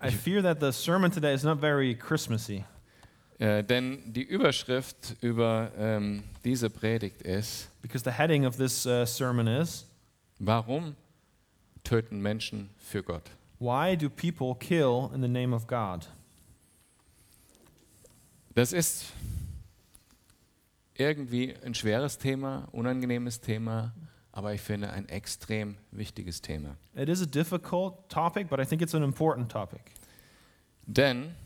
I fear that the sermon today is not very Christmassy. Äh, denn die Überschrift über ähm, diese Predigt ist, Because the heading of this uh, sermon is warum töten Menschen für Gott? Why do people kill in the name of God? Das ist irgendwie ein schweres Thema, unangenehmes Thema, aber ich finde ein extrem wichtiges Thema. It is a difficult topic, but I think it's an important topic Denn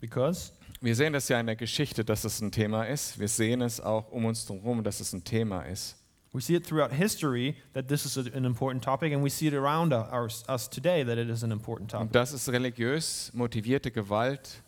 because wir sehen das ja in der Geschichte, dass es ein Thema ist. Wir sehen es auch um uns herum, dass es ein Thema ist. we see it throughout history that this is a- an important topic, and we see it around uh, our, us today that it is an important Und topic. dass es religiös motivierte Gewalt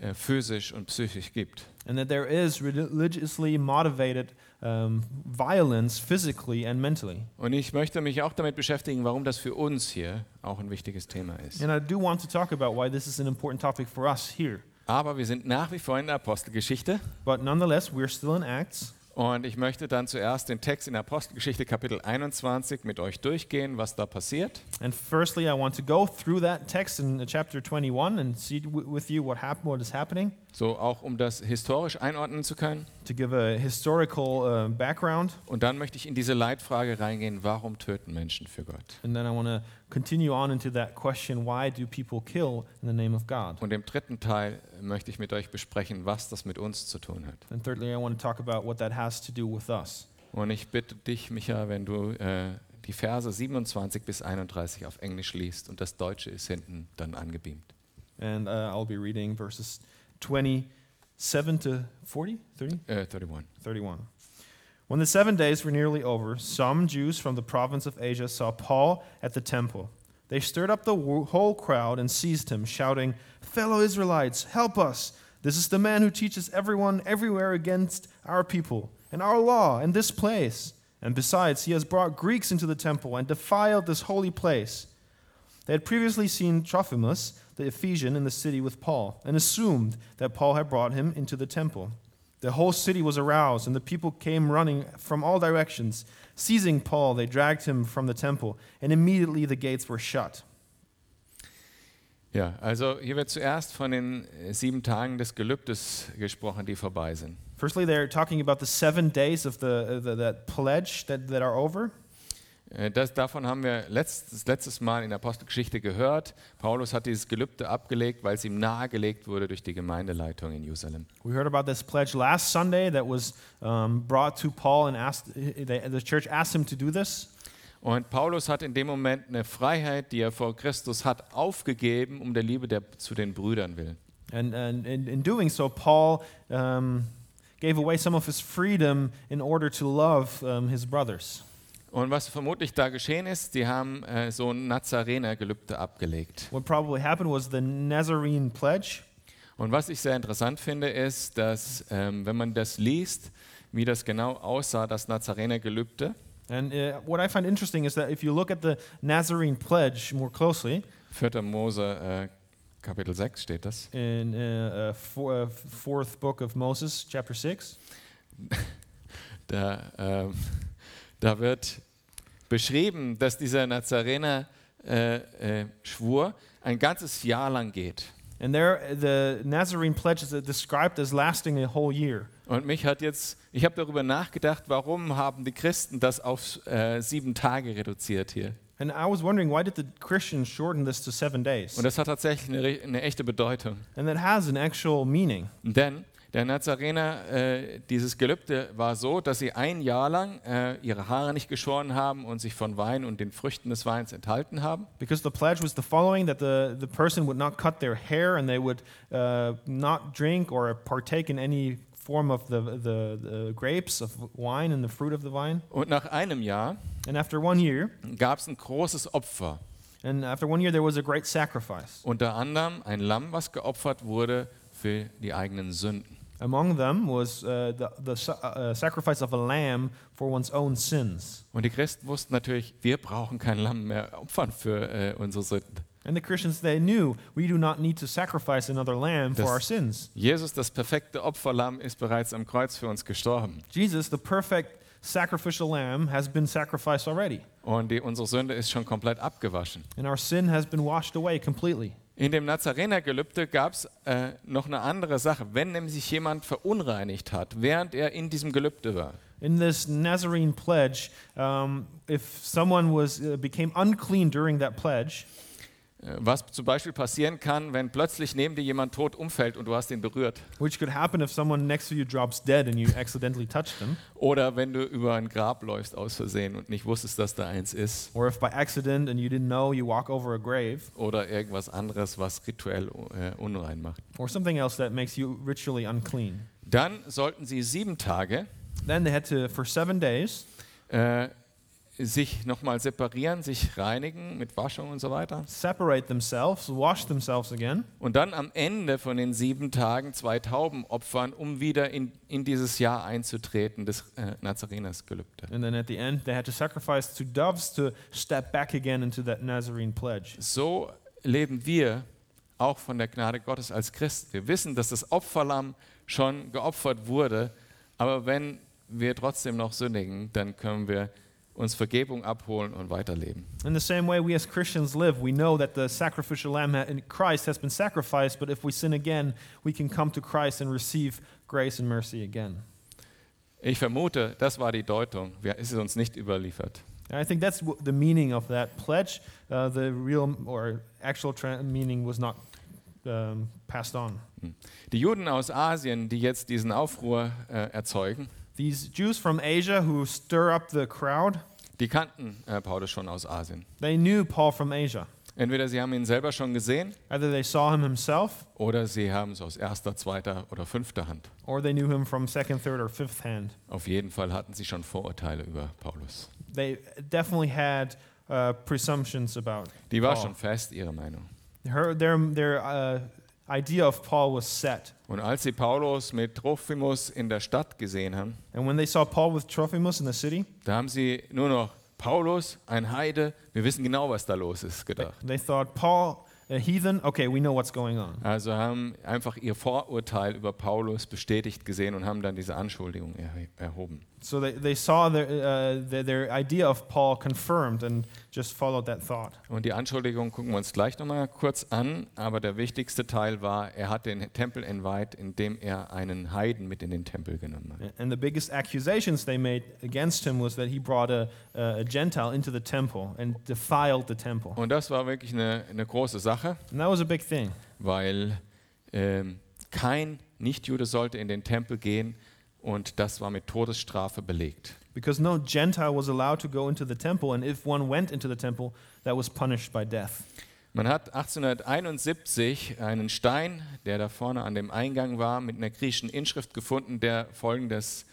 äh, physisch und psychisch gibt. And that there is religiously motivated um, violence physically and mentally. Und ich möchte mich auch damit beschäftigen, warum das für uns hier auch ein wichtiges Thema ist. And I do want to talk about why this is an important topic for us here. Aber wir sind nach wie vor in der Apostelgeschichte But nonetheless, we're still in Acts. und ich möchte dann zuerst den Text in der Apostelgeschichte Kapitel 21 mit euch durchgehen, was da passiert. And firstly, I want to go through that text in uh, chapter 21 and see w- with you what, hap- what is happening So auch um das historisch einordnen zu können. to give a historical uh, background. Und dann möchte ich in diese Leitfrage reingehen, warum töten Menschen für Gott? And then I want to continue on into that question why do people kill in the name of God? Und im dritten Teil möchte ich mit euch besprechen, was das mit uns zu tun hat. And thirdly, I want to talk about what that has to do with us. Und ich bitte dich, Micha, wenn du äh, die Verse 27 bis 31 auf Englisch liest und das Deutsche ist hinten dann angebeamt. And uh, I'll be reading verses 27 to 40, 30? Äh, 31. 31. When the seven days were nearly over, some Jews from the province of Asia saw Paul at the temple. They stirred up the wo- whole crowd and seized him, shouting, Fellow Israelites, help us! This is the man who teaches everyone everywhere against our people and our law and this place. And besides, he has brought Greeks into the temple and defiled this holy place. They had previously seen Trophimus, the Ephesian, in the city with Paul, and assumed that Paul had brought him into the temple. The whole city was aroused, and the people came running from all directions. Seizing Paul, they dragged him from the temple, and immediately the gates were shut. Ja, also hier wird zuerst von den äh, sieben Tagen des Gelübdes gesprochen, die vorbei sind. Firstly, they're talking about the seven days of the, uh, the that pledge that, that are over. Äh, Das, davon haben wir letztes, letztes Mal in der Apostelgeschichte gehört. Paulus hat dieses Gelübde abgelegt, weil es ihm nahegelegt wurde durch die Gemeindeleitung in Jerusalem. We heard about this pledge last Sunday that was um, brought to Paul, and asked the, the church asked him to do this. Und Paulus hat in dem Moment eine Freiheit, die er vor Christus hat, aufgegeben, um der Liebe der, zu den Brüdern willen. And, and in, in doing so, Paul um, gave away some of his freedom in order to love um, his brothers. Und was vermutlich da geschehen ist, die haben äh, so ein Nazarener-Gelübde abgelegt. What probably happened was the Nazarene pledge. Und was ich sehr interessant finde, ist, dass ähm, wenn man das liest, wie das genau aussah, das Nazarener-Gelübde, And uh, what I find interesting is that if you look at the Nazarene pledge more closely, 4. Mose äh, Kapitel 6 steht das, in uh, uh, four, uh, fourth book of Moses, chapter 6, da, ähm, da wird beschrieben, dass dieser Nazarener äh, äh, Schwur ein ganzes Jahr lang geht. and there uh, the Nazarene pledge is uh, described as lasting a whole year. Und mich hat jetzt, ich habe darüber nachgedacht, warum haben die Christen das auf äh, sieben Tage reduziert hier? And I was wondering, why did the Christians shorten this to seven days? Und das hat tatsächlich eine, re- eine echte Bedeutung. And that has an actual meaning. Denn der Nazarener, äh, dieses Gelübde war so, dass sie ein Jahr lang äh, ihre Haare nicht geschoren haben und sich von Wein und den Früchten des Weins enthalten haben. Because the pledge was the following that the, the person would not cut their hair and they would uh, not drink or partake in any form of the, the, the grapes of wine and the fruit of the vine. Und nach einem Jahr And after one year, gab es ein großes Opfer. and after one year, there was a great sacrifice. Unter anderem ein Lamm, was geopfert wurde für die eigenen Sünden. Among them was uh, the, the sa- uh, sacrifice of a lamb for one's own sins. Und die Christen wussten natürlich, wir brauchen kein Lamm mehr opfern für äh, unsere Sünden. And the Christians, they knew we do not need to sacrifice another lamb for Das- our sins. Jesus, das perfekte Opferlamm, ist bereits am Kreuz für uns gestorben. Jesus, the perfect sacrificial lamb, has been sacrificed already, Und die, unsere Sünde ist schon komplett abgewaschen. and our sin has been washed away completely. In dem Nazarener-Gelübde gab es äh, noch eine andere Sache. Wenn nämlich sich jemand verunreinigt hat, während er in diesem Gelübde war, In this Nazarene pledge, um, if someone was uh, became unclean during that pledge, äh, was zum Beispiel passieren kann, wenn plötzlich neben dir jemand tot umfällt und du hast ihn berührt, which could happen if someone next to you drops dead and you accidentally touch them, oder wenn du über ein Grab läufst aus Versehen und nicht wusstest, dass da eins ist, or if by accident and you didn't know you walk over a grave, oder irgendwas anderes, was rituell äh, unrein macht, or something else that makes you ritually unclean. dann sollten sie sieben Tage Then they had to, for seven days, äh, sich nochmal separieren, sich reinigen mit Waschung und so weiter. separate themselves, wash themselves again, Und dann am Ende von den sieben Tagen zwei Tauben opfern, um wieder in, in dieses Jahr einzutreten, des äh, Nazarenersgelübde. and then at the end they had to sacrifice two doves to step back again into that Nazarene pledge. So leben wir auch von der Gnade Gottes als Christen. Wir wissen, dass das Opferlamm schon geopfert wurde, aber wenn wir trotzdem noch sündigen, dann können wir uns Vergebung abholen und weiterleben. In the same way we as Christians live, we know that the sacrificial lamb ha- in Christ has been sacrificed, but if we sin again, we can come to Christ and receive grace and mercy again. Ich vermute, das war die Deutung. Wir- Es ist uns nicht überliefert. And I think that's w- the meaning of that pledge. Uh, the real or actual tra- meaning was not um, passed on. Die Juden aus Asien, die jetzt diesen Aufruhr äh, erzeugen, These Jews from Asia who stir up the crowd, die kannten äh, Paulus schon aus Asien. they knew Paul from Asia. Entweder sie haben ihn selber schon gesehen Either they saw him himself, oder sie haben es aus erster, zweiter oder fünfter Hand. or they knew him from second, third, or fifth hand. Auf jeden Fall hatten sie schon Vorurteile über Paulus. They definitely had uh, presumptions about Die war Paul. schon fest, ihre Meinung. her, their, their uh, idea of Paul was set. Und als sie Paulus mit Trophimus in der Stadt gesehen haben, And when they saw Paul with Trophimus in the city, da haben sie nur noch Paulus, ein Heide, wir wissen genau, was da los ist, gedacht. they thought, Paul, a heathen, okay, we know what's going on. Also haben einfach ihr Vorurteil über Paulus bestätigt gesehen und haben dann diese Anschuldigung erhe- erhoben. So they, they saw their, uh, their, their idea of Paul confirmed and just followed that thought. Und die Anschuldigung gucken wir uns gleich nochmal kurz an, aber der wichtigste Teil war, er hat den Tempel entweiht, indem er einen Heiden mit in den Tempel genommen hat. And the biggest accusations they made against him was that he brought a, a Gentile into the temple and defiled the temple. Und das war wirklich eine, eine große Sache, And that was a big thing. weil ähm, kein Nichtjude sollte in den Tempel gehen und das war mit Todesstrafe belegt. Because no Gentile was allowed to go into the temple, and if one went into the temple, that was punished by death. Man hat 1871 einen Stein, der da vorne an dem Eingang war, mit einer griechischen Inschrift gefunden, der folgendes,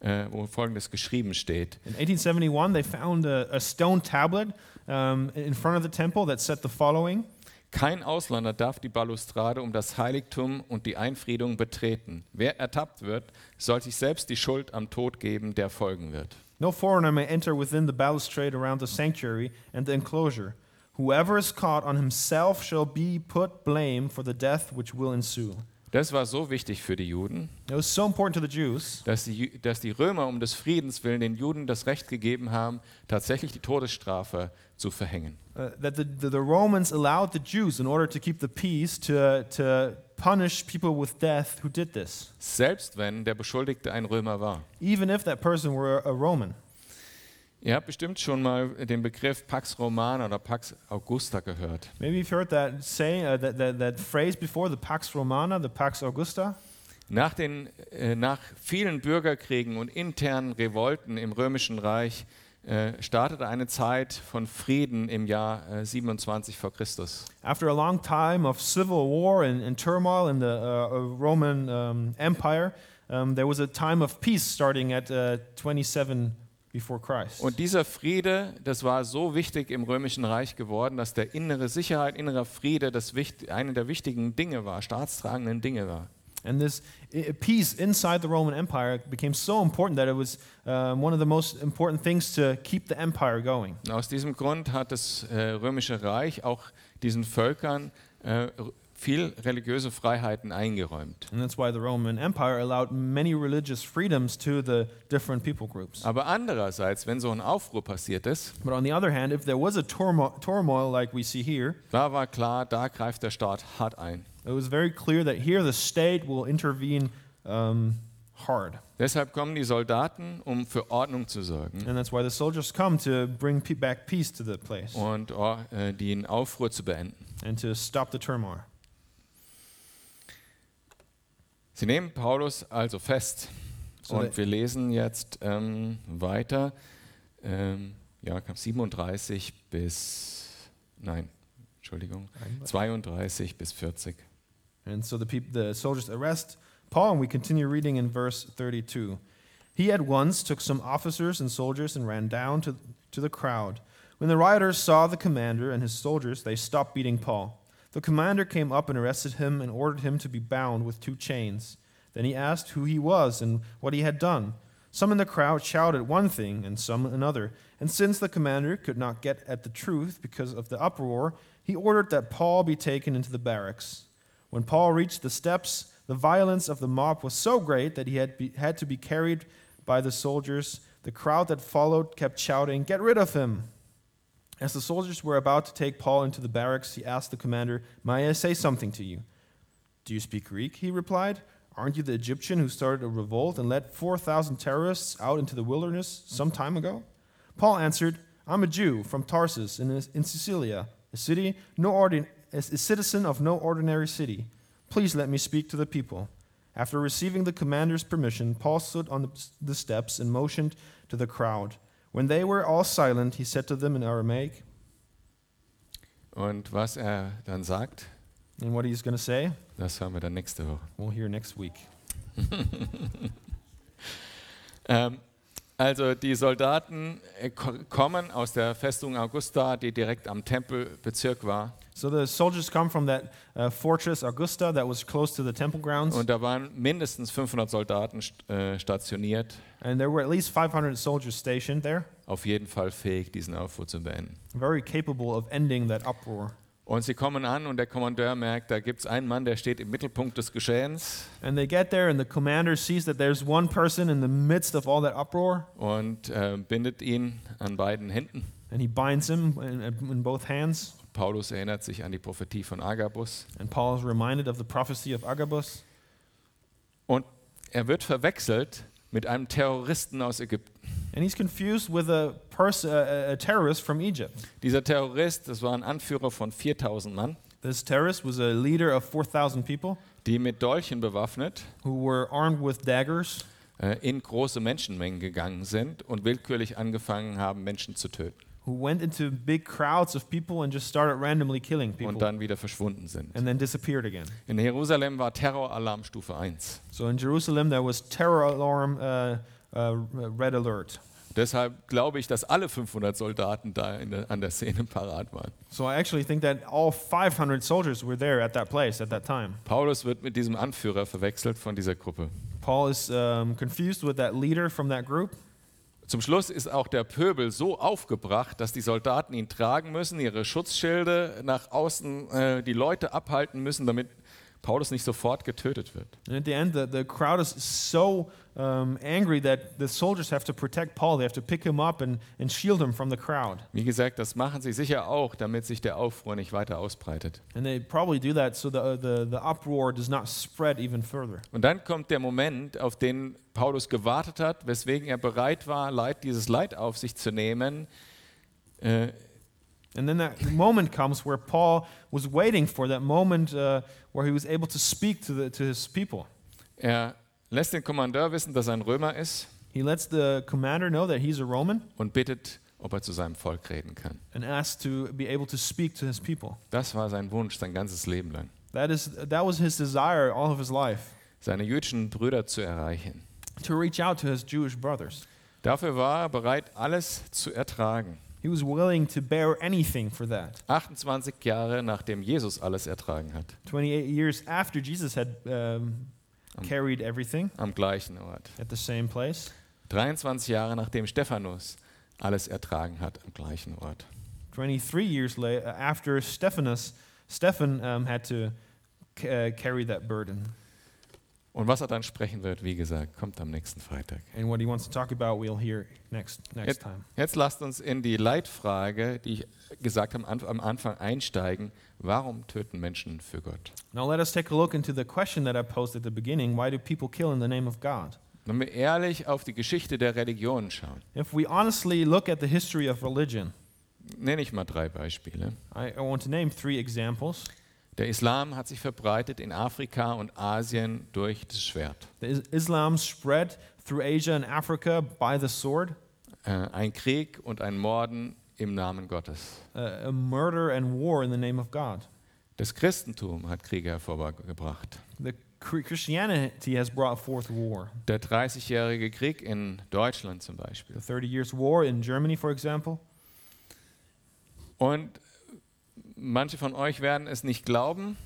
äh, wo folgendes geschrieben steht. In 1871, they found a, a stone tablet um, in front of the temple that said the following Kein Ausländer darf die Balustrade um das Heiligtum und die Einfriedung betreten. Wer ertappt wird, soll sich selbst die Schuld am Tod geben, der folgen wird. No foreigner may enter within the balustrade around the sanctuary and the enclosure. Whoever is caught on himself shall be put blame for the death which will ensue. Das war so wichtig für die Juden, It was so important to the Jews dass die, Jü- dass die Römer um des Friedens willen den Juden das Recht gegeben haben, tatsächlich die Todesstrafe zu verhängen. uh, that the, the, the Romans allowed the Jews, in order to keep the peace, to, to punish people with death who did this, Selbst wenn der Beschuldigte ein Römer war. even if that person were a Roman. Ihr habt bestimmt schon mal den Begriff Pax Romana oder Pax Augusta gehört. Maybe you've heard that saying, uh, that, that, that phrase before, the Pax Romana, the Pax Augusta. Nach, den, äh, nach vielen Bürgerkriegen und internen Revolten im Römischen Reich äh, startete eine Zeit von Frieden im Jahr äh, 27 vor Christus. After a long time of civil war and, and turmoil in the uh, uh, Roman um, Empire, um, there was a time of peace starting at uh, 27 before Christ. Und dieser Friede, das war so wichtig im Römischen Reich geworden, dass der innere Sicherheit, innerer Friede das wicht, eine der wichtigen Dinge war, staatstragenden Dinge war. And this i- peace inside the Roman Empire became so important that it was um, one of the most important things to keep the empire going. Und aus diesem Grund hat das äh, Römische Reich auch diesen Völkern äh, r- viel religiöse Freiheiten eingeräumt. And that's why the Roman Empire allowed many religious freedoms to the different people groups. Aber andererseits, wenn so ein Aufruhr passiert ist, But on the other hand, if there was a turmo- turmoil like we see here, da war klar, da greift der Staat hart ein. it was very clear that here the state will intervene um, hard. Deshalb kommen die Soldaten, um für Ordnung zu sorgen And that's why the soldiers come to bring pe- back peace to the place und oh, äh, den Aufruhr zu beenden. and to stop the turmoil. Sie nehmen Paulus also fest. So Und they- wir lesen jetzt ähm, weiter, ähm, ja, Kapitel 37 bis, nein, Entschuldigung, 32 bis 40. And so the, peop- the soldiers arrest Paul, and we continue reading in verse 32. He at once took some officers and soldiers and ran down to, to the crowd. When the rioters saw the commander and his soldiers, they stopped beating Paul. The commander came up and arrested him and ordered him to be bound with two chains. Then he asked who he was and what he had done. Some in the crowd shouted one thing and some another. And since the commander could not get at the truth because of the uproar, he ordered that Paul be taken into the barracks. When Paul reached the steps, the violence of the mob was so great that he had, be, had to be carried by the soldiers. The crowd that followed kept shouting, Get rid of him! As the soldiers were about to take Paul into the barracks, he asked the commander, May I say something to you? Do you speak Greek? He replied. Aren't you the Egyptian who started a revolt and led 4,000 terrorists out into the wilderness some time ago? Paul answered, I'm a Jew from Tarsus in, in Sicilia, a, city no ordin- a a citizen of no ordinary city. Please let me speak to the people. After receiving the commander's permission, Paul stood on the- the steps and motioned to the crowd. When they were all silent, he said to them in Aramaic, Und was er dann sagt, and what he's going to say, das hören wir dann nächste Woche. we'll hear next week. Ähm, also die Soldaten äh, ko- kommen aus der Festung Augusta, die direkt am Tempelbezirk war. So the soldiers come from that uh, fortress Augusta that was close to the temple grounds, Und da waren mindestens 500 Soldaten st äh, stationiert, and there were at least 500 soldiers stationed there, auf jeden Fall fähig, diesen Aufruhr zu beenden. very capable of ending that uproar. Und sie kommen an und der Kommandeur merkt, da gibt es einen Mann, der steht im Mittelpunkt des Geschehens And they get there, and the commander sees that there's one person in the midst of all that uproar, und äh, bindet ihn an beiden Händen. and he binds him in, in both hands. Paulus erinnert sich an die Prophetie von Agabus And Paul is reminded of the prophecy of Agabus, und er wird verwechselt mit einem Terroristen aus Ägypten. and he's confused with a, pers- a, a- a terrorist from Egypt. Dieser Terrorist, das war ein Anführer von 4000 Mann, This terrorist was a leader of 4,000 people die mit Dolchen bewaffnet who were armed with daggers. äh, in große Menschenmengen gegangen sind und willkürlich angefangen haben, Menschen zu töten who went into big crowds of people and just started randomly killing people und dann wieder verschwunden sind. and then disappeared again. In Jerusalem war Terroralarm Stufe 1. So in Jerusalem, there was terror alarm, uh, uh, red alert. Deshalb glaube ich, dass alle 500 Soldaten da in der, an der Szene parat waren. So I actually think that all 500 soldiers were there at that place at that time. Paulus wird mit diesem Anführer verwechselt von dieser Gruppe. Paul is um, confused with that leader from that group. Zum Schluss ist auch der Pöbel so aufgebracht, dass die Soldaten ihn tragen müssen, ihre Schutzschilde nach außen äh, die Leute abhalten müssen, damit Paulus nicht sofort getötet wird. And at the end, the, the crowd is so um, angry that the soldiers have to protect Paul. They have to pick him up and, and shield him from the crowd. Wie gesagt, das machen sie sicher auch, damit sich der Aufruhr nicht weiter ausbreitet. And they probably do that so the, uh, the, the uproar does not spread even further. Und dann kommt der Moment, auf den Paulus gewartet hat, weswegen er bereit war, Leid, dieses Leid auf sich zu nehmen. Äh, And then that moment comes where Paul was waiting for that moment uh, where he was able to speak to, the, to his people. er lässt den Kommandeur wissen, dass er ein Römer ist He lets the commander know that he's a Roman und bittet, ob er zu seinem Volk reden kann. and asks to be able to speak to his people. Das war sein Wunsch sein ganzes Leben lang, That, is, that was his desire all of his life seine jüdischen Brüder zu erreichen. to reach out to his Jewish brothers. Dafür war er bereit, alles zu ertragen. He was willing to bear anything for that. 28 Jahre nachdem Jesus alles ertragen hat, 28 years after Jesus had um, carried everything am gleichen Ort. at the same place, 23 Jahre nachdem Stephanus alles ertragen hat, am gleichen Ort. uh, 23 years later, after Stephanus, Stephan um, had to c- uh, carry that burden. Und was er dann sprechen wird, wie gesagt, kommt am nächsten Freitag. And what he wants to talk about, we'll hear next next It- time. Jetzt lasst uns in die Leitfrage, die ich gesagt habe, am Anf- am Anfang einsteigen. Warum töten Menschen für Gott? Now let us take a look into the question that I posed at the beginning: Why do people kill in the name of God? Wenn wir ehrlich auf die Geschichte der Religion schauen, If we honestly look at the history of religion, nenne ich mal drei Beispiele. I, I want to name three examples. Der Islam hat sich verbreitet in Afrika und Asien durch das Schwert. The Is- Islam spread through Asia and Africa by the sword, Äh, ein Krieg und ein Morden im Namen Gottes. uh, a murder and war in the name of God. Das Christentum hat Kriege hervorgebracht. The Chr- Christianity has brought forth war. Der 30-jährige Krieg in Deutschland zum Beispiel. The Thirty Years' War in Germany, for example. Und manche von euch werden es nicht glauben,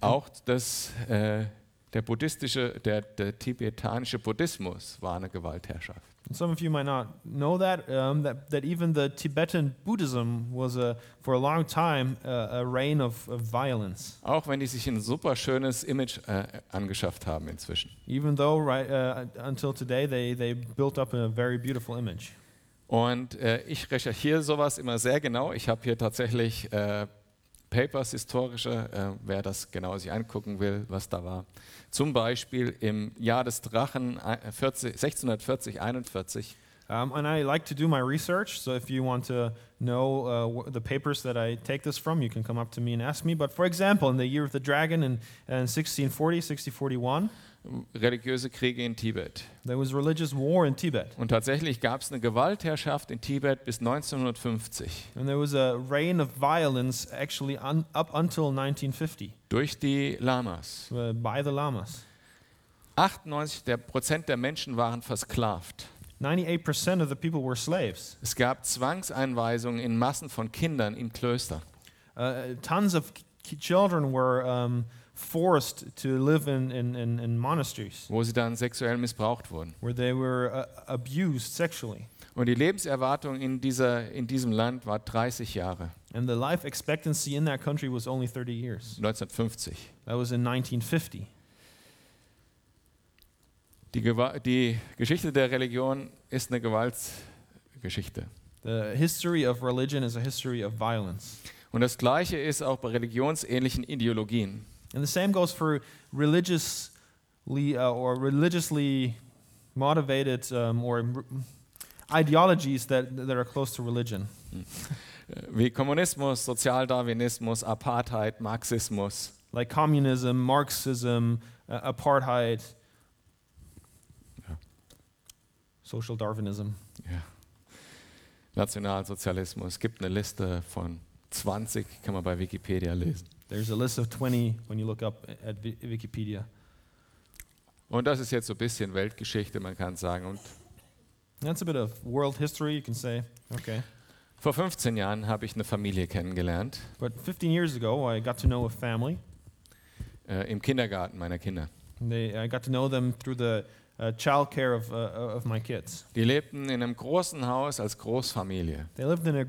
auch das, äh, der buddhistische, der, der tibetanische Buddhismus war eine Gewaltherrschaft. And some of you might not know that, um, that, that even the Tibetan Buddhism was, a, for a long time, a, a reign of, of violence. Auch wenn die sich ein super schönes Image äh, angeschafft haben inzwischen. Even though, right, uh, until today, they, they built up a very beautiful image. Und äh, ich recherchiere sowas immer sehr genau. Ich habe hier tatsächlich äh, Papers, historische, äh, wer das genau sich angucken will, was da war. Zum Beispiel im Jahr des Drachen äh, 40, 1640, 41 Um, and I like to do my research, so if you want to know uh, wh- the papers that I take this from, you can come up to me and ask me. But for example, in the Year of the Dragon in, uh, in 1640, 1641, religiöse Kriege in Tibet. there was religious war in Tibet. Und tatsächlich gab es eine Gewaltherrschaft in Tibet bis 1950 And there was a reign of violence actually un- up until 1950 durch die Lamas. uh, by the lamas. 98 der Prozent der Menschen waren versklavt. 98% of the people were slaves. Es gab Zwangseinweisungen in Massen von Kindern in Klöster. Uh, tons of k- children were um, forced to live in, in, in, in monasteries wo sie dann sexuell missbraucht wurden. where they were uh, abused sexually. Und die Lebenserwartung in, dieser, in diesem Land war 30 Jahre, And the life expectancy in that country was only 30 years. 1950. That was in 1950. Die, Gewa die Geschichte der Religion ist eine Gewaltsgeschichte. The history of religion is a history of violence. Und das Gleiche ist auch bei religionsähnlichen Ideologien. And the same goes for religiously uh, or religiously motivated um, or r- ideologies that, that are close to religion, äh, Wie Kommunismus, Sozialdarwinismus, Apartheid, Marxismus. like communism, Marxism, uh, apartheid, Yeah. social Darwinism. Ja. Nationalsozialismus. Es gibt eine Liste von 20, kann man bei Wikipedia lesen. There's a list of 20 when you look up at Vi- Wikipedia. Und das ist jetzt so ein bisschen Weltgeschichte, man kann sagen. Und That's a bit of world history, you can say. Okay. Vor 15 Jahren habe ich eine Familie kennengelernt But 15 years ago, I got to know a family. äh, im Kindergarten meiner Kinder. And They, I got to know them through the uh, child care of, uh, of my kids. Die lebten in einem großen Haus als Großfamilie. They lived in a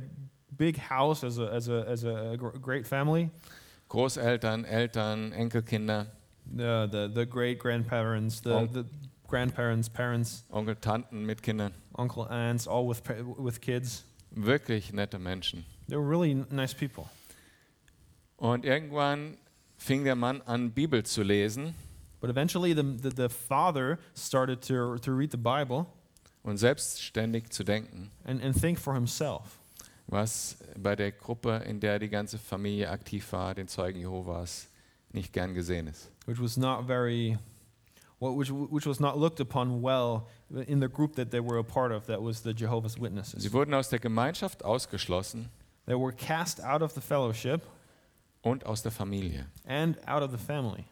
big house as a, as a, as a gr- great family. Großeltern, Eltern, Enkelkinder, The, the, the great grandparents, the, Onk- the grandparents, parents, Onkel, Tanten mit Kindern. uncle, aunts, all with, pa- with kids. Wirklich nette Menschen. They were really n- nice people. Und irgendwann fing der Mann an, Bibel zu lesen But eventually, the, the, the father started to, to read the Bible und selbstständig zu denken, and, and think for himself. was bei der Gruppe, in der die ganze Familie aktiv war, den Zeugen Jehovas, nicht gern gesehen ist. which was not very what which, which was not looked upon well in the group that they were a part of that was the jehovah's witnesses Sie wurden aus der Gemeinschaft ausgeschlossen they were cast out of the fellowship und aus der Familie. and out of the family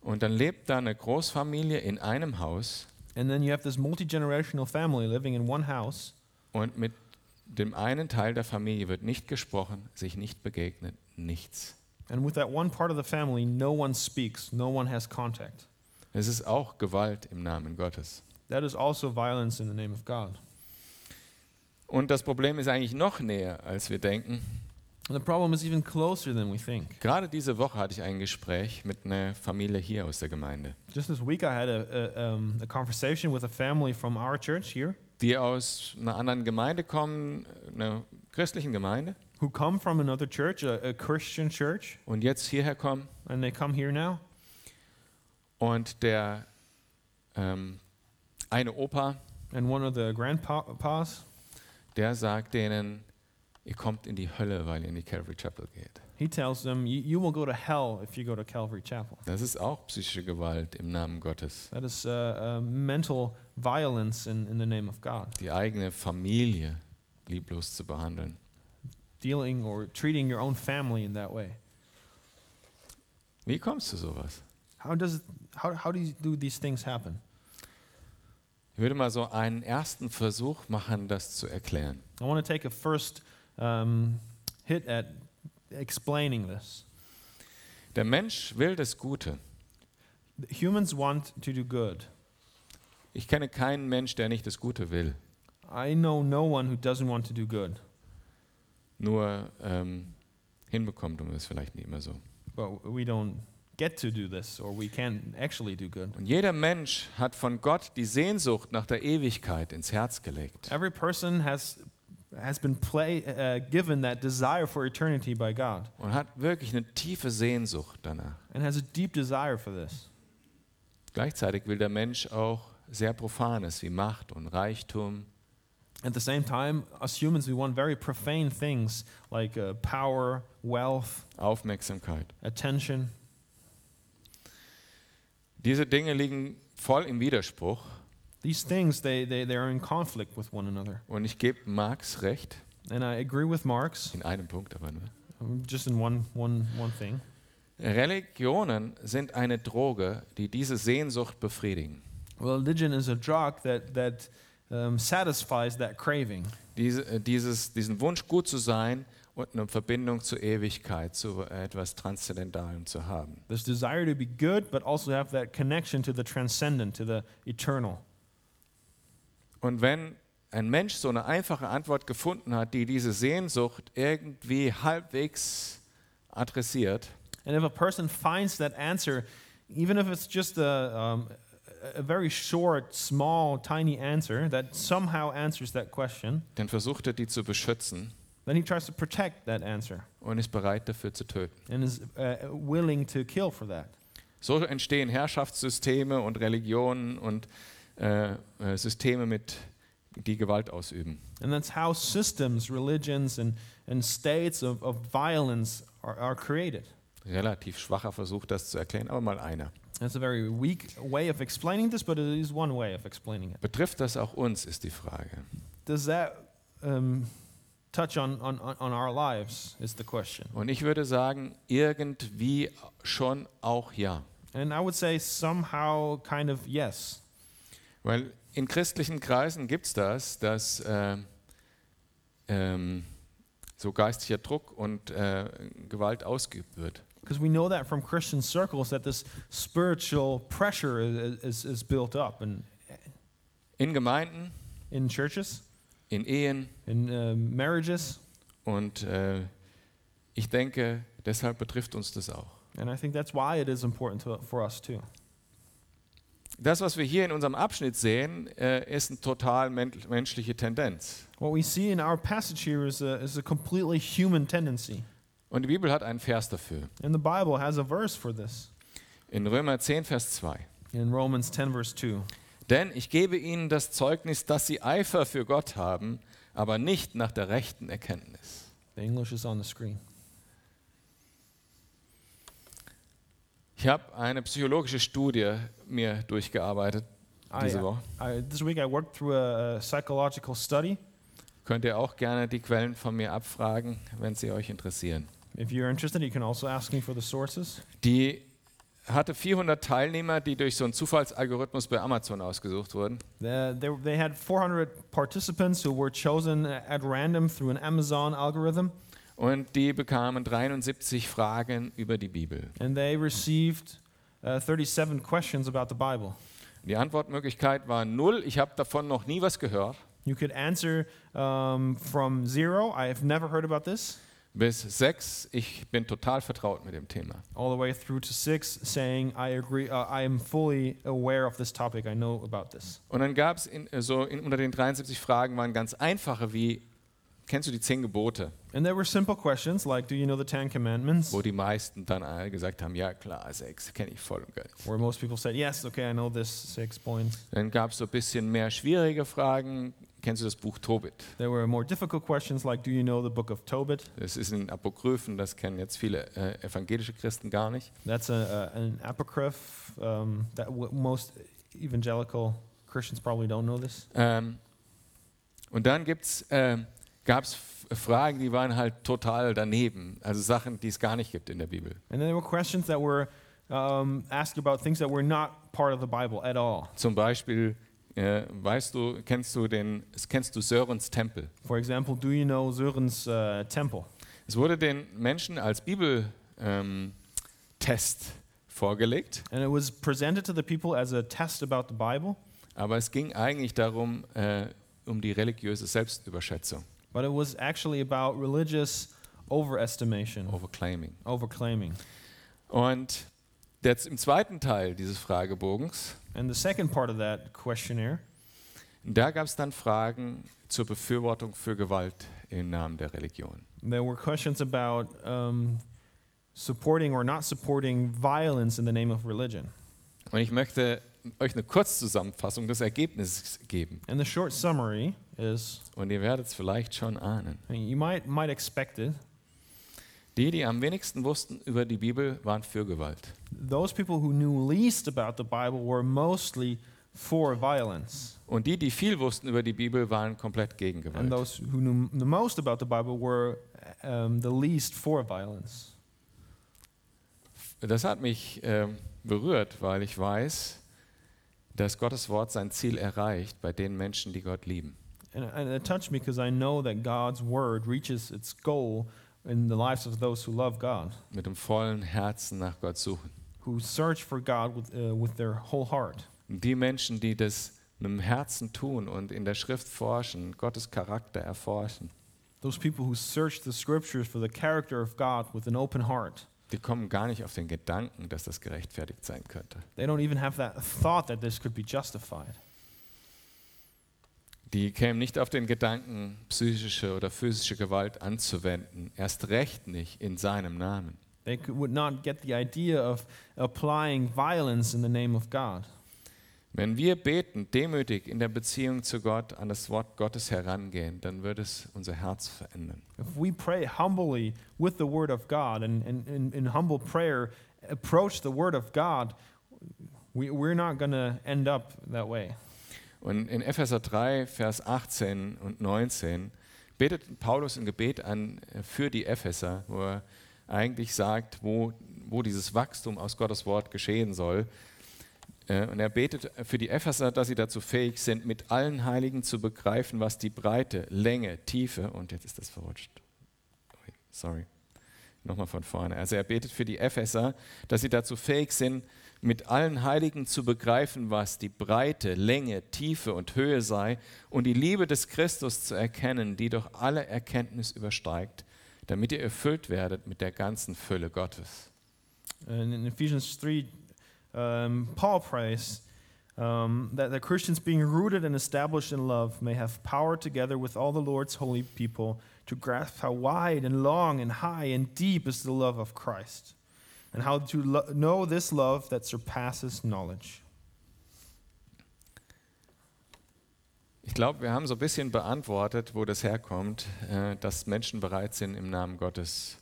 Und dann lebt da eine Großfamilie in einem Haus and then you have this multi-generational family living in one house und mit dem einen Teil der Familie wird nicht gesprochen, sich nicht begegnet, nichts. and with that one part of the family no one speaks no one has contact Es ist auch Gewalt im Namen Gottes. that is also violence in the name of god Und das Problem ist eigentlich noch näher, als wir denken. And the problem is even closer than we think. Gerade diese Woche hatte ich ein Gespräch mit einer Familie hier aus der Gemeinde, Just this week, I had a, a, um, a conversation with a family from our church here die aus einer anderen Gemeinde kommen, einer christlichen Gemeinde, who come from another church, a, a Christian church, und jetzt hierher kommen. and they come here now. Und der ähm, eine Opa, And one of the grandpas, der sagt denen, ihr kommt in die Hölle, weil ihr in die Calvary Chapel geht. he tells them, "You- You will go to hell if you go to Calvary Chapel. Das ist auch psychische Gewalt im Namen Gottes. That is uh, uh, mental violence in, in the name of God. Die eigene Familie lieblos zu behandeln. Dealing or treating your own family in that way. Wie kommst du sowas? How, does it, how, how do, you, do these things happen? Ich würde mal so einen ersten Versuch machen, das zu erklären. I want to take a first um, hit at explaining this. Der Mensch will das Gute. Humans want to do good. Ich kenne keinen Mensch, der nicht das Gute will. I know no one who doesn't want to do good, Nur ähm, hinbekommt um es vielleicht nicht immer so. but we don't get to do this, or we can't actually do good. Und jeder Mensch hat von Gott die Sehnsucht nach der Ewigkeit ins Herz gelegt. Every person has has been play, uh, given that desire for eternity by God, und hat wirklich eine tiefe Sehnsucht danach. and has a deep desire for this. Gleichzeitig will der Mensch auch sehr Profanes wie Macht und Reichtum, At the same time, as humans, we want very profane things like uh, power, wealth, Aufmerksamkeit. attention. Diese Dinge liegen voll im Widerspruch These things they, they, they are in conflict with one another. und ich gebe Marx recht, And I agree with Marx, in einem Punkt aber nur. um, just in one, one, one thing. Religionen sind eine Droge, die diese Sehnsucht befriedigen. Religion is a drug that, that um, satisfies that craving, Diese, äh, dieses, diesen Wunsch, gut zu sein und eine Verbindung zur Ewigkeit, zu etwas Transzendentalem zu haben. this desire to be good, but also have that connection to the transcendent, to the eternal. Und wenn ein Mensch so eine einfache Antwort gefunden hat, die diese Sehnsucht irgendwie halbwegs adressiert, And if a person finds that answer, even if it's just a, um, a a very short, small, tiny answer that somehow answers that question, dann versucht er die zu beschützen then he tries to protect that answer und ist bereit dafür zu töten. and is uh, willing to kill for that. So entstehen Herrschaftssysteme und Religionen und äh, äh, Systeme, mit, die Gewalt ausüben. And that's how systems, religions, and, and states of, of violence are, are created. Relativ schwacher Versuch, das zu erklären, aber mal einer. That's a very weak way of explaining this, but it is one way of explaining it. Betrifft das auch uns, ist die Frage. Does that um, touch on, on, on our lives? Is the question. Und ich würde sagen, irgendwie schon auch ja. And I would say somehow, kind of, yes. Weil in christlichen Kreisen gibt es das, dass äh, ähm, so geistlicher Druck und äh, Gewalt ausgeübt wird. Because we know that from Christian circles that this spiritual pressure is, is, is built up in, In Gemeinden, in churches, in Ehen in uh, marriages. und äh, ich denke, deshalb betrifft uns das auch. And I think that's why it is important to, for us, too. Das, was wir hier in unserem Abschnitt sehen, äh, ist eine total men menschliche Tendenz. What we see in our passage here is a, is a completely human tendency. Und die Bibel hat einen Vers dafür. And the Bible has a verse for this In Römer 10, Vers 2. in Romans 10, verse 2. Denn ich gebe ihnen das Zeugnis, dass sie Eifer für Gott haben, aber nicht nach der rechten Erkenntnis. The English is on the screen. Ich habe eine psychologische Studie mir durchgearbeitet I, diese Woche. I, this week I worked through a, a psychological study. Könnt ihr auch gerne die Quellen von mir abfragen, wenn sie euch interessieren. If you're interested, you can also ask me for the sources. Die hatte 400 Teilnehmer, die durch so einen Zufallsalgorithmus bei Amazon ausgesucht wurden. The, they, they had 400 participants who were chosen at random through an Amazon algorithm, Und die bekamen 73 Fragen über die Bibel. and they received uh, 37 questions about the Bible. Die Antwortmöglichkeit war null. Ich habe davon noch nie was gehört. You could answer um, from zero, I have never heard about this, bis 6. Ich bin total vertraut mit dem Thema. all the way through to 6, saying, I agree, uh, I am fully aware of this topic, I know about this. Und dann gab es in, äh, so in, unter den 73 Fragen waren ganz einfache wie, kennst du die zehn Gebote? And there were simple questions like, Do you know the Ten Commandments? Wo die meisten dann alle gesagt haben, ja klar, sechs, kenne ich voll und ganz. Where most people said, Yes, okay, I know this, six points. Dann gab es so ein bisschen mehr schwierige Fragen. Kennst du das Buch Tobit? There were more difficult questions like, Do you know the book of Tobit? Das ist in Apokryphen, das kennen jetzt viele äh, evangelische Christen gar nicht. That's a, a, an apocryph um, that w- most evangelical Christians probably don't know this. Ähm, und dann gibt's, ähm, gab es Fragen, die waren halt total daneben. Also Sachen, die es gar nicht gibt in der Bibel. And then there were questions that were um, asked about things that were not part of the Bible at all. Zum Beispiel, äh, weißt du, kennst du, den, kennst du Sörens Tempel? For example, do you know Sören's uh, temple? Es wurde den Menschen als Bibeltest ähm, Test vorgelegt, And it was presented to the people as a test about the Bible, aber es ging eigentlich darum, äh, um die religiöse Selbstüberschätzung, but it was actually about religious overestimation, Overclaiming. overclaiming. Und jetzt im zweiten Teil dieses Fragebogens, And the second part of that questionnaire, Da gab es dann Fragen zur Befürwortung für Gewalt im Namen der Religion. there were questions about um, supporting or not supporting violence in the name of religion. Und ich möchte euch eine Kurzzusammenfassung des Ergebnisses geben. And the short summary is, Und ihr werdet es vielleicht schon ahnen. and you might might expect it, Die, die am wenigsten wussten über die Bibel, waren für Gewalt. those people who knew least about the Bible were mostly for violence, Und die, die viel wussten über die Bibel, waren komplett gegen and Gewalt. those who knew the most about the Bible were um, the least for violence. Das hat mich ähm, berührt, weil ich weiß, dass Gottes Wort sein Ziel erreicht bei den Menschen, die Gott lieben. And, and it touched me because I know that God's word reaches its goal in the lives of those who love God, Mit dem vollen Herzen nach Gott suchen. who search for God with, uh, with their whole heart. Die Menschen, die das mit dem Herzen tun und in der Schrift forschen, Gottes Charakter erforschen, Those people who search the scriptures for the character of God with an open heart. die kommen gar nicht auf den Gedanken, dass das gerechtfertigt sein könnte. They don't even have that thought that this could be justified. Die kämen nicht auf den Gedanken, psychische oder physische Gewalt anzuwenden, erst recht nicht in seinem Namen. They could, would not get the idea of applying violence in the name of God. Wenn wir beten, demütig in der Beziehung zu Gott an das Wort Gottes herangehen, dann wird es unser Herz verändern. If we pray humbly with the word of God and and- and in humble prayer approach the word of God, we, we're not going to end up that way. Und in Epheser 3, Vers 18 und 19 betet Paulus ein Gebet an äh, für die Epheser, wo er eigentlich sagt, wo, wo dieses Wachstum aus Gottes Wort geschehen soll. Äh, Und er betet für die Epheser, dass sie dazu fähig sind, mit allen Heiligen zu begreifen, was die Breite, Länge, Tiefe, und jetzt ist das verrutscht. Ui, Sorry. Nochmal von vorne. Also er betet für die Epheser, dass sie dazu fähig sind, mit allen Heiligen zu begreifen, was die Breite, Länge, Tiefe und Höhe sei und die Liebe des Christus zu erkennen, die doch alle Erkenntnis übersteigt, damit ihr erfüllt werdet mit der ganzen Fülle Gottes. And in Ephesians 3, um, Paul prays um, that the Christians, being rooted and established in love, may have power together with all the Lord's holy people to grasp how wide and long and high and deep is the love of Christ, and how to lo- know this love that surpasses knowledge. Ich glaube, wir haben so ein bisschen beantwortet, wo das herkommt, äh, dass Menschen bereit sind, im Namen Gottes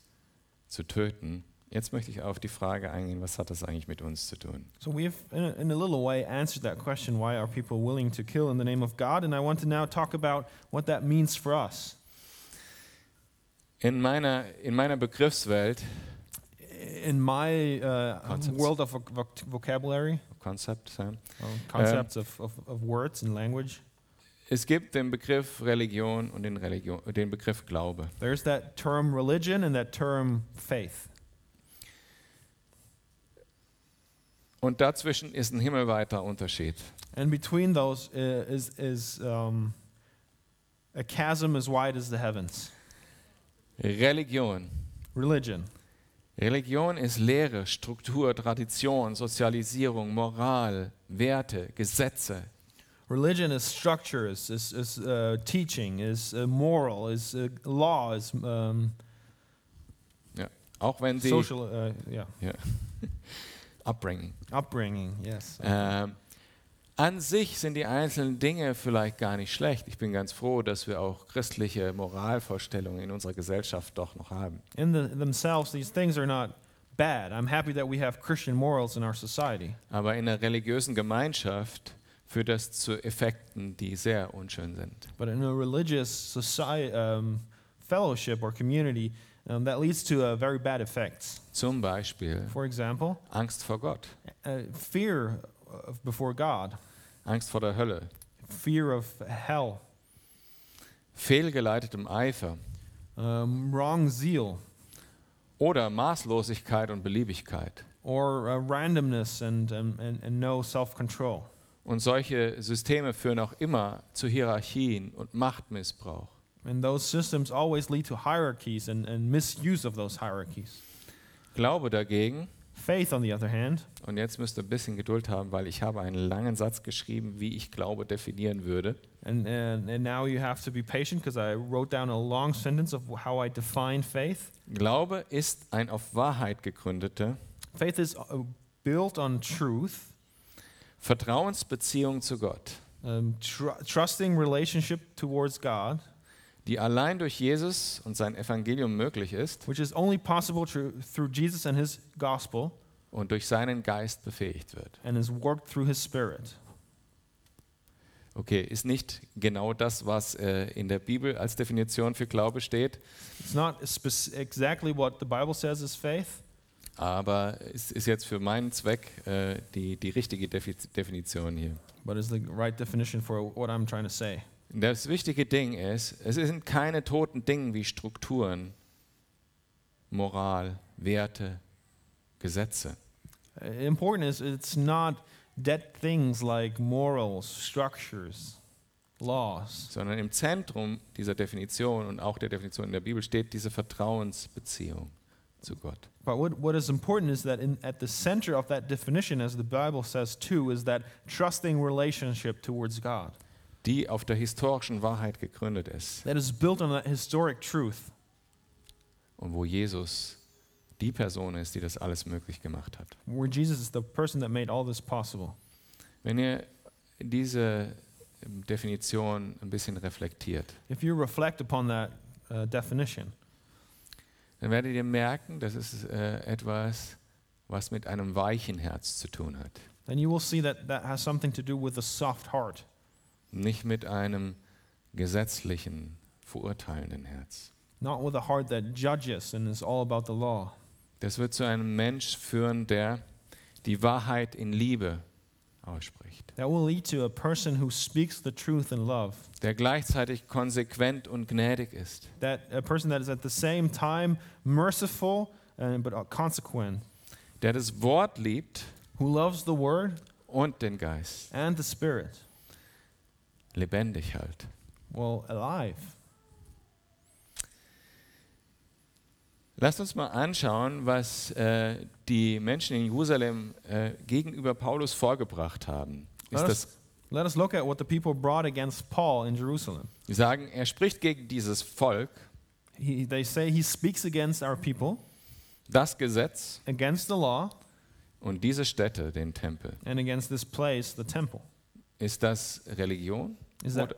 zu töten. Jetzt möchte ich auf die Frage eingehen, was hat das eigentlich mit uns zu tun? So we've, in a, in a little way, answered that question why are people willing to kill in the name of God? And I want to now talk about what that means for us. In meiner, in meiner Begriffswelt, In my uh, Concepts. world of voc- voc- vocabulary, Konzept, Sam, um, concepts of, of, of words and language. Es gibt den Begriff Religion und den, Religion, den Begriff Glaube. There's that term religion and that term faith. Und dazwischen ist ein himmelweiter Unterschied. And between those uh, i- is, is um, a chasm as wide as the heavens. Religion. Religion. Religion ist Lehre, Struktur, Tradition, Sozialisierung, Moral, Werte, Gesetze. Religion is structure, is, is, is uh, teaching, is uh, moral, is uh, law, is um, Ja. Auch wenn sie social, uh, yeah, ja. upbringing. upbringing, yes. Ähm, an sich sind die einzelnen Dinge vielleicht gar nicht schlecht. Ich bin ganz froh, dass wir auch christliche Moralvorstellungen in unserer Gesellschaft doch noch haben. In the, themselves, these things are not bad. I'm happy that we have Christian morals in our society. Aber in einer religiösen Gemeinschaft führt das zu Effekten, die sehr unschön sind. But in a religious society, um, fellowship or community, um, that leads to uh, very bad effects. Zum Beispiel For example, Angst vor Gott, uh, fear of before God, Angst vor der Hölle, fear of hell, fehlgeleitetem Eifer um, wrong zeal, oder Maßlosigkeit und Beliebigkeit. or uh, randomness and, um, and, and no self control. Und solche Systeme führen auch immer zu Hierarchien und Machtmissbrauch. And those systems always lead to hierarchies and, and misuse of those hierarchies. Glaube dagegen, Faith, on the other hand, und jetzt müsst ihr ein bisschen Geduld haben, weil ich habe einen langen Satz geschrieben, wie ich Glaube definieren würde. and, and, and now you have to be patient because I wrote down a long sentence of how I define faith. Glaube ist ein auf Wahrheit gegründete Faith is uh, built on truth, Vertrauensbeziehung zu Gott, um, tr- trusting relationship towards God, die allein durch Jesus und sein Evangelium möglich ist which is only possible tru- through Jesus and his gospel und durch seinen Geist befähigt wird. and is worked through his spirit. Okay, ist nicht genau das, was äh, in der Bibel als Definition für Glaube steht, It's not spec- exactly what the Bible says is faith, aber es ist jetzt für meinen Zweck äh, die, die richtige Defi Definition hier. but is the right definition for what I'm trying to say. Das wichtige Ding ist, es sind keine toten Dinge wie Strukturen, Moral, Werte, Gesetze. Uh, Important is it's not dead things like morals, structures, laws, sondern im Zentrum dieser Definition und auch der Definition in der Bibel steht diese Vertrauensbeziehung zu Gott. But what, what is important is that in, at the center of that definition, as the Bible says too, is that trusting relationship towards God die auf der historischen Wahrheit gegründet ist that is built on that historic truth und wo Jesus die Person ist, die das alles möglich gemacht hat. where Jesus is the person that made all this possible. Wenn ihr diese ähm, Definition ein bisschen reflektiert, If you reflect upon that uh, definition, dann werdet ihr merken, das ist äh, etwas, was mit einem weichen Herz zu tun hat. then you will see that that has something to do with a soft heart, Nicht mit einem gesetzlichen, verurteilenden Herz. not with a heart that judges and is all about the law. Das wird zu einem Mensch führen, der die Wahrheit in Liebe ausspricht, That will lead to a person who speaks the truth in love, der gleichzeitig konsequent und gnädig ist. that a person that is at the same time merciful and, but uh, consequent. der das Wort liebt who loves the word und den Geist and the spirit lebendig hält. well alive Lasst uns mal anschauen, was äh, die Menschen in Jerusalem äh, gegenüber Paulus vorgebracht haben. Ist Let das, us, let us look at what the people brought against paul in jerusalem sie sagen, er spricht gegen dieses Volk, he, they say he speaks against our people das Gesetz against the law und diese Stätte, den Tempel. and against this place the temple Ist das Religion is that, oder,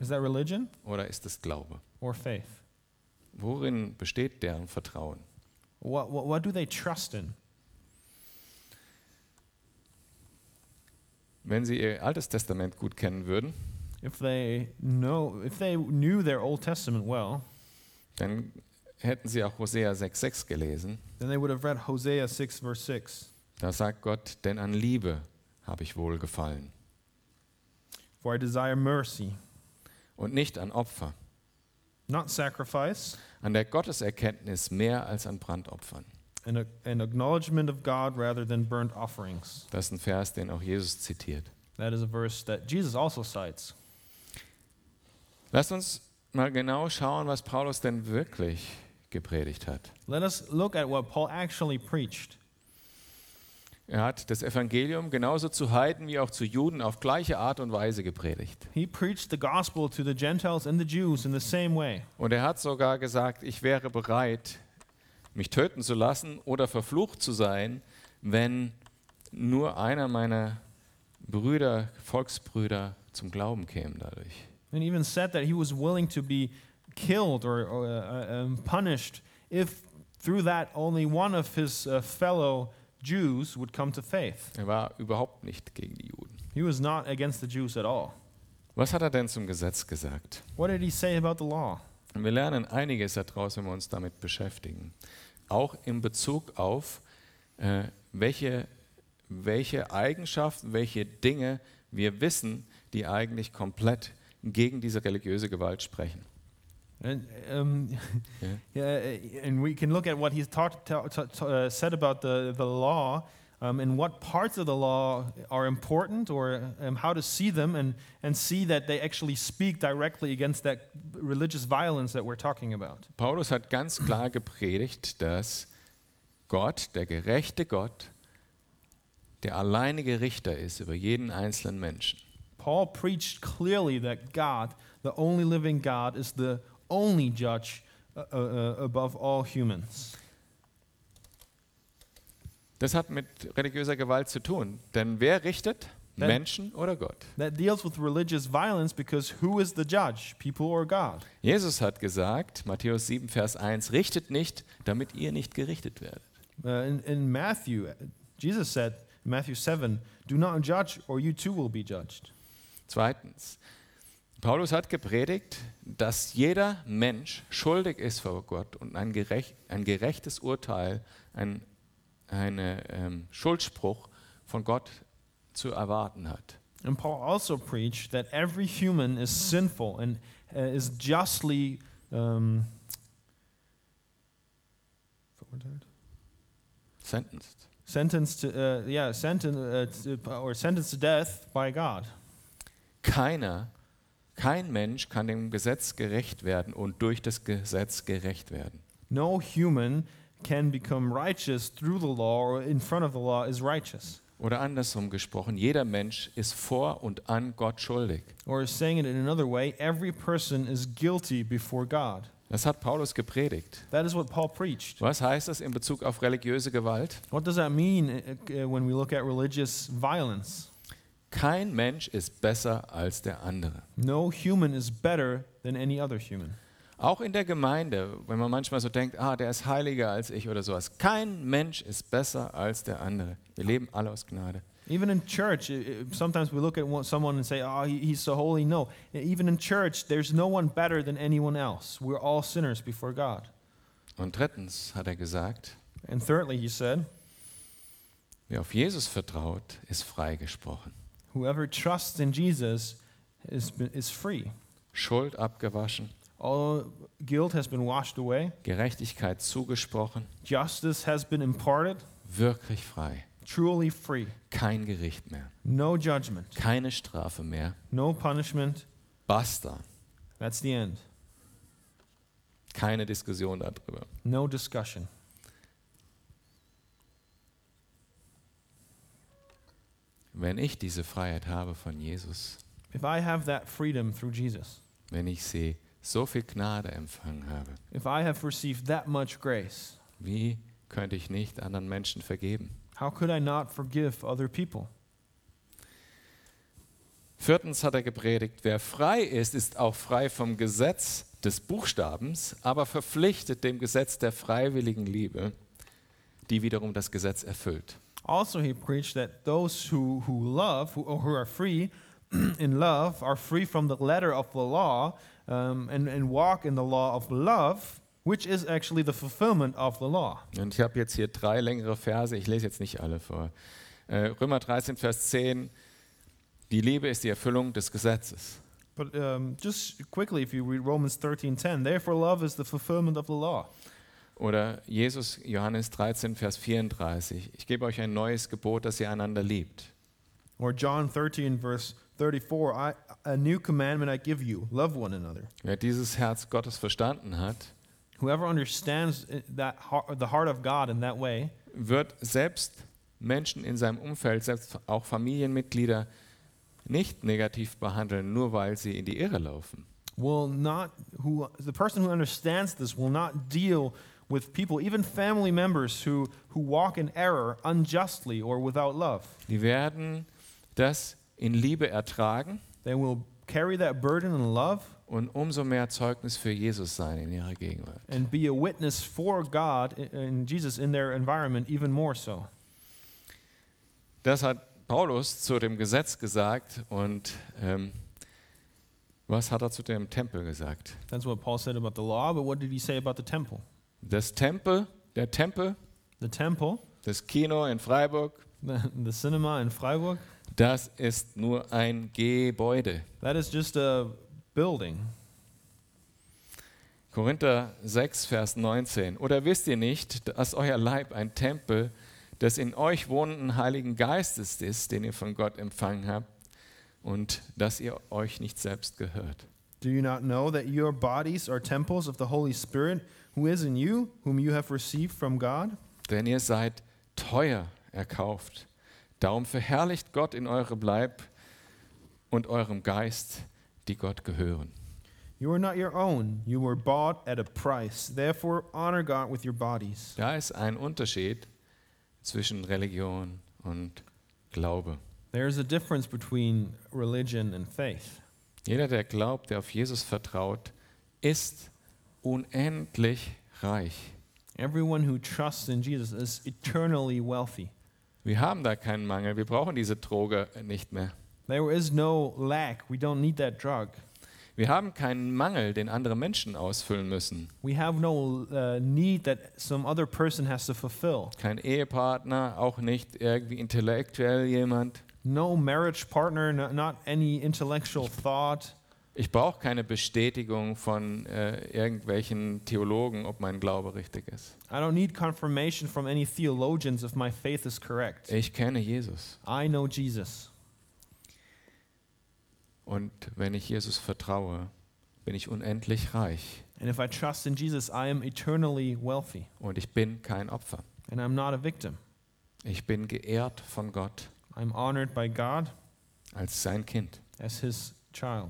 is that religion oder ist das Glaube? or faith Worin besteht deren Vertrauen? what, what, what do they trust in Wenn Sie Ihr Altes Testament gut kennen würden, if they know if they knew their old testament well dann hätten Sie auch Hosea 6,6 gelesen. then they would have read hosea 6 verse 6 Da sagt Gott, denn an Liebe habe ich wohlgefallen for i desire mercy und nicht an Opfer, not sacrifice an der Gotteserkenntnis mehr als an Brandopfern. an, an acknowledgement of God rather than burnt offerings. Das ist ein Vers, den auch Jesus zitiert. That is a verse that Jesus also cites. Lasst uns mal genau schauen, was Paulus denn wirklich gepredigt hat. Let us look at what Paul actually preached. Er hat das Evangelium genauso zu Heiden wie auch zu Juden auf gleiche Art und Weise gepredigt. He preached the gospel to the Gentiles and the Jews in the same way. Und er hat sogar gesagt, ich wäre bereit, mich töten zu lassen oder verflucht zu sein, wenn nur einer meiner Brüder, Volksbrüder zum Glauben käme dadurch. And even said that he was willing to be killed or, or, uh, um, punished if through that only one of his uh, fellow Jews would come to faith. Er war überhaupt nicht gegen die Juden. He was not against the Jews at all. Was hat er denn zum Gesetz gesagt? What did he say about the law? Und Wir lernen einiges daraus, wenn wir uns damit beschäftigen. Auch in Bezug auf, äh, welche, welche Eigenschaften, welche Dinge wir wissen, die eigentlich komplett gegen diese religiöse Gewalt sprechen. And, um, Yeah. yeah, and we can look at what he's talked, ta- ta- ta- uh, said about the, the law um, and what parts of the law are important or um, how to see them and, and see that they actually speak directly against that religious violence that we're talking about. Paulus hat ganz klar gepredigt, dass Gott, der gerechte Gott, der alleinige Richter ist über jeden einzelnen Menschen. Paul preached clearly that God, the only living God, is the only judge uh, uh, uh, above all humans. Das hat mit religiöser Gewalt zu tun. Denn wer richtet? Denn- Menschen oder Gott? That deals with religious violence because who is the judge, people or God? Jesus hat gesagt, Matthäus 7, Vers 1, richtet nicht, damit ihr nicht gerichtet werdet. Uh, in, in Matthew, uh, Jesus said, in Matthew 7, do not judge or you too will be judged. Zweitens, Paulus hat gepredigt, dass jeder Mensch schuldig ist vor Gott und ein, gerecht, ein gerechtes Urteil, ein eine, ähm, Schuldspruch von Gott zu erwarten hat. And Paul also preached that every human is sinful and uh, is justly. Um, what word did I- Sentenced. sentenced to uh, yeah senten- uh, to, or sentenced to death by God. Keiner, kein Mensch kann dem Gesetz gerecht werden und durch das Gesetz gerecht werden. No human can become righteous through the law or in front of the law is righteous. Oder andersrum gesprochen, jeder Mensch ist vor und an Gott schuldig. Or saying it in another way, every person is guilty before God. Das hat Paulus gepredigt. That is what Paul preached. Was heißt das in Bezug auf religiöse Gewalt? What does that mean uh, uh, when we look at religious violence? Kein Mensch ist besser als der andere. No human is better than any other human. Auch in der Gemeinde, wenn man manchmal so denkt, ah, der ist heiliger als ich oder sowas. Kein Mensch ist besser als der andere. Wir leben alle aus Gnade. Even in church, i- i- sometimes we look at one- someone and say, oh, he- he's so holy. No, Uh, even in church, there's no one better than anyone else. We're all sinners before God. Und drittens hat er gesagt, And thirdly, he said, wer auf Jesus vertraut, ist freigesprochen. whoever trusts in Jesus is, is free. Schuld abgewaschen, All guilt has been washed away, Gerechtigkeit zugesprochen, justice has been imparted, wirklich frei. truly free. Kein Gericht mehr, No judgment, keine Strafe mehr. no punishment. Basta. That's the end. Keine Diskussion darüber. No discussion. Wenn ich diese Freiheit habe von Jesus, If I have that freedom through Jesus, wenn ich sie so viel Gnade empfangen habe, if I have received that much grace, wie könnte ich nicht anderen Menschen vergeben? How could I not forgive other people? Viertens hat er gepredigt, wer frei ist, ist auch frei vom Gesetz des Buchstabens, aber verpflichtet dem Gesetz der freiwilligen Liebe, die wiederum das Gesetz erfüllt. Also, he preached that those who, who love, who, or who are free in love, are free from the letter of the law um, and, and walk in the law of love, which is actually the fulfillment of the law. Und ich habe jetzt hier drei längere Verse, ich lese jetzt nicht alle vor. Äh, Römer 13, Vers 10, die Liebe ist die Erfüllung des Gesetzes. But um, just quickly, if you read Romans 13:10, therefore love is the fulfillment of the law. Oder Jesus, Johannes 13, Vers 34. Ich gebe euch ein neues Gebot, dass ihr einander liebt. Or John 13, verse 34, I, a new commandment I give you, love one another. Wer dieses Herz Gottes verstanden hat, Whoever understands eh, that heart, the heart of God in that way wird selbst Menschen in seinem Umfeld, selbst auch Familienmitglieder, nicht negativ behandeln, nur weil sie in die Irre laufen. will not who the person who understands this will not deal with people, even family members who who walk in error unjustly or without love. Die werden das in Liebe ertragen They will carry that burden in love und umso mehr Zeugnis für Jesus sein in ihrer Gegenwart. and be a witness for God i- and Jesus in their environment even more so. Das hat Paulus zu dem Gesetz gesagt und ähm, was hat er zu dem Tempel gesagt? That's what Paul said about the law, but what did he say about the temple? Das Tempel, der Tempel, The temple, das Kino in Freiburg, the, the cinema in Freiburg, das ist nur ein Gebäude. that is just a building. Korinther 6, Vers 19. Oder wisst ihr nicht, dass euer Leib ein Tempel des in euch wohnenden Heiligen Geistes ist, den ihr von Gott empfangen habt und dass ihr euch nicht selbst gehört? Do you not know that your bodies are temples of the Holy Spirit who is in you, whom you have received from God? Denn ihr seid teuer erkauft. Darum verherrlicht Gott in eurem Leib und eurem Geist, die Gott gehören. You are not your own. You were bought at a price. Therefore, honor God with your bodies. Da ist ein Unterschied zwischen Religion und Glaube. There is a difference between religion and faith. Jeder, der glaubt, der auf Jesus vertraut, ist unendlich reich. Everyone who trusts in Jesus is eternally wealthy. Wir haben da keinen Mangel, wir brauchen diese Droge nicht mehr. There is no lack. We don't need that drug. Wir haben keinen Mangel, den andere Menschen ausfüllen müssen. We have no uh, need that some other person has to fulfill. Kein Ehepartner, auch nicht irgendwie intellektuell jemand. No marriage partner, no, not any intellectual thought. Ich brauche keine Bestätigung von äh, irgendwelchen Theologen, ob mein Glaube richtig ist. I don't need confirmation from any theologians if my faith is correct. Ich kenne Jesus. I know Jesus. Und wenn ich Jesus vertraue, bin ich unendlich reich And if I trust in Jesus, I am eternally wealthy und ich bin kein Opfer. and I'm not a victim. Ich bin geehrt von Gott I'm honored by God als sein Kind. as his child.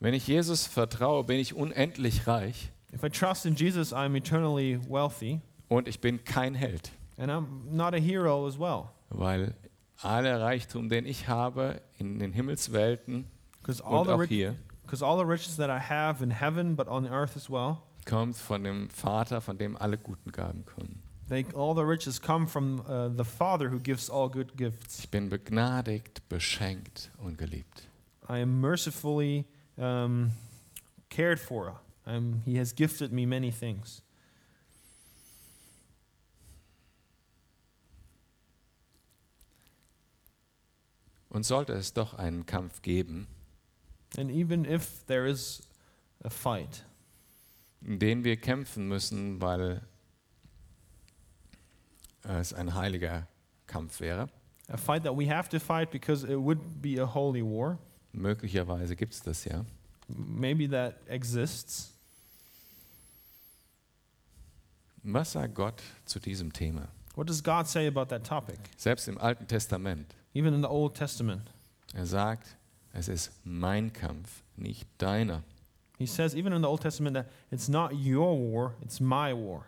Wenn ich Jesus vertraue, bin ich unendlich reich If I trust in Jesus, I'm eternally wealthy und ich bin kein Held, and I'm not a hero as well. weil aller Reichtum, den ich habe in den Himmelswelten Because all, und the auch ri- hier, 'cause all the riches that I have in heaven, but on earth as well, kommt von dem Vater, von dem alle guten Gaben kommen. they, all the riches come from uh, the Father who gives all good gifts. Ich bin begnadigt, beschenkt und geliebt. I am mercifully um, cared for. I'm, he has gifted me many things. Und sollte es doch einen Kampf geben, And even if there is a fight, in den wir kämpfen müssen, weil es ein heiliger Kampf wäre, a fight that we have to fight because it would be a holy war. möglicherweise gibt es das ja, Maybe that exists. Was sagt Gott zu diesem Thema? What does God say about that topic? Selbst im Alten Testament. Even in the Old Testament, Er sagt, es ist mein Kampf, nicht deiner. He says, even in the Old Testament, that it's not your war, it's my war.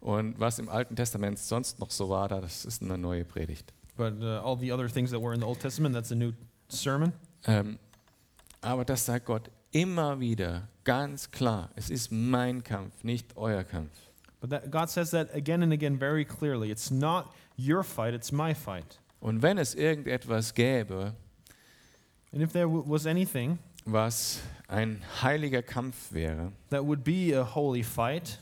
Und was im Alten Testament sonst noch so war, das ist eine neue Predigt. But uh, all the other things that were in the Old Testament, that's a new sermon. Ähm, aber das sagt Gott immer wieder, ganz klar. Es ist mein Kampf, nicht euer Kampf. But that, God says that again and again very clearly. It's not your fight, it's my fight. Und wenn es irgendetwas gäbe, And if there w- was anything was ein heiliger Kampf wäre, that would be a holy fight,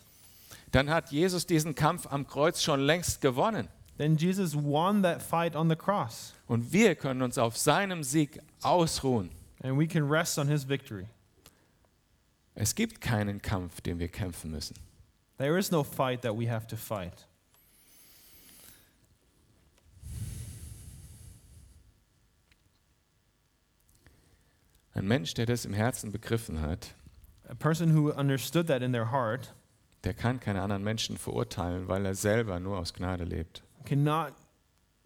dann hat Jesus diesen Kampf am Kreuz schon längst gewonnen. then Jesus won that fight on the cross. Und wir können uns auf seinem Sieg ausruhen. And we can rest on his victory. Es gibt keinen Kampf, den wir kämpfen müssen. There is no fight that we have to fight. Ein Mensch, der das im Herzen begriffen hat, A person who understood that in their heart, der kann keine anderen Menschen verurteilen, weil er selber nur aus Gnade lebt. cannot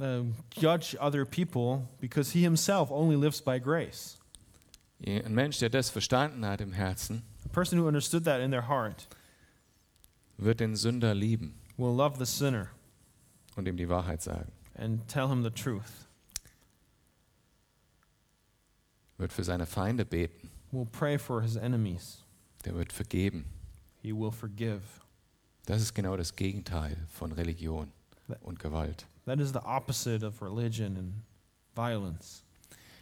uh, judge other people because he himself only lives by grace. Ein Mensch, der das verstanden hat im Herzen, A person who understood that in their heart wird den Sünder lieben will love the sinner und ihm die Wahrheit sagen, and tell him the truth, wird für seine Feinde beten, will pray for his enemies, der wird vergeben. he will forgive. Das ist genau das Gegenteil von Religion und Gewalt. That is the opposite of religion and violence.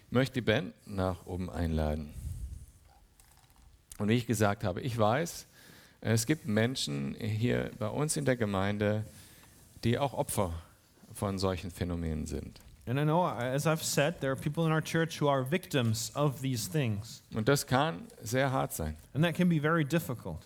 Ich möchte die Band nach oben einladen. Und wie ich gesagt habe, ich weiß, es gibt Menschen hier bei uns in der Gemeinde, die auch Opfer von solchen Phänomenen sind. And I know, as I've said, there are people in our church who are victims of these things, Und das kann sehr hart sein. and that can be very difficult.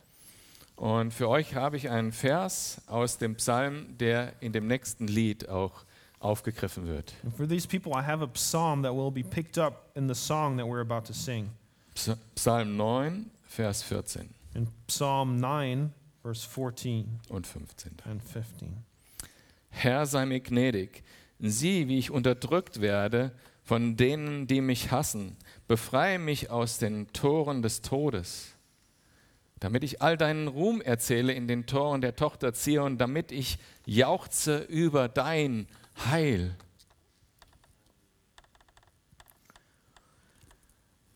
Und für euch habe ich einen Vers aus dem Psalm, der in dem nächsten Lied auch aufgegriffen wird. And for these people, I have a psalm that will be picked up in the song that we're about to sing. Ps- Psalm 9, Vers 14 in Psalm 9, verse 14 und 15. and 15. Herr, sei mir gnädig. Sieh, wie ich unterdrückt werde von denen, die mich hassen. Befreie mich aus den Toren des Todes, damit ich all deinen Ruhm erzähle in den Toren der Tochter Zion, damit ich jauchze über dein Heil.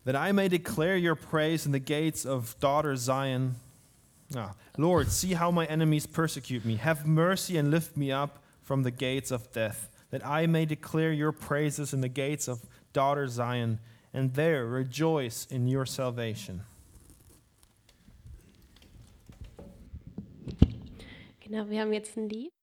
That I may declare your praise in the gates of daughter Zion. Ah, Lord, see how my enemies persecute me. Have mercy and lift me up from the gates of death, that I may declare your praises in the gates of daughter Zion, and there rejoice in your salvation. Genau, wir haben jetzt ein Lied.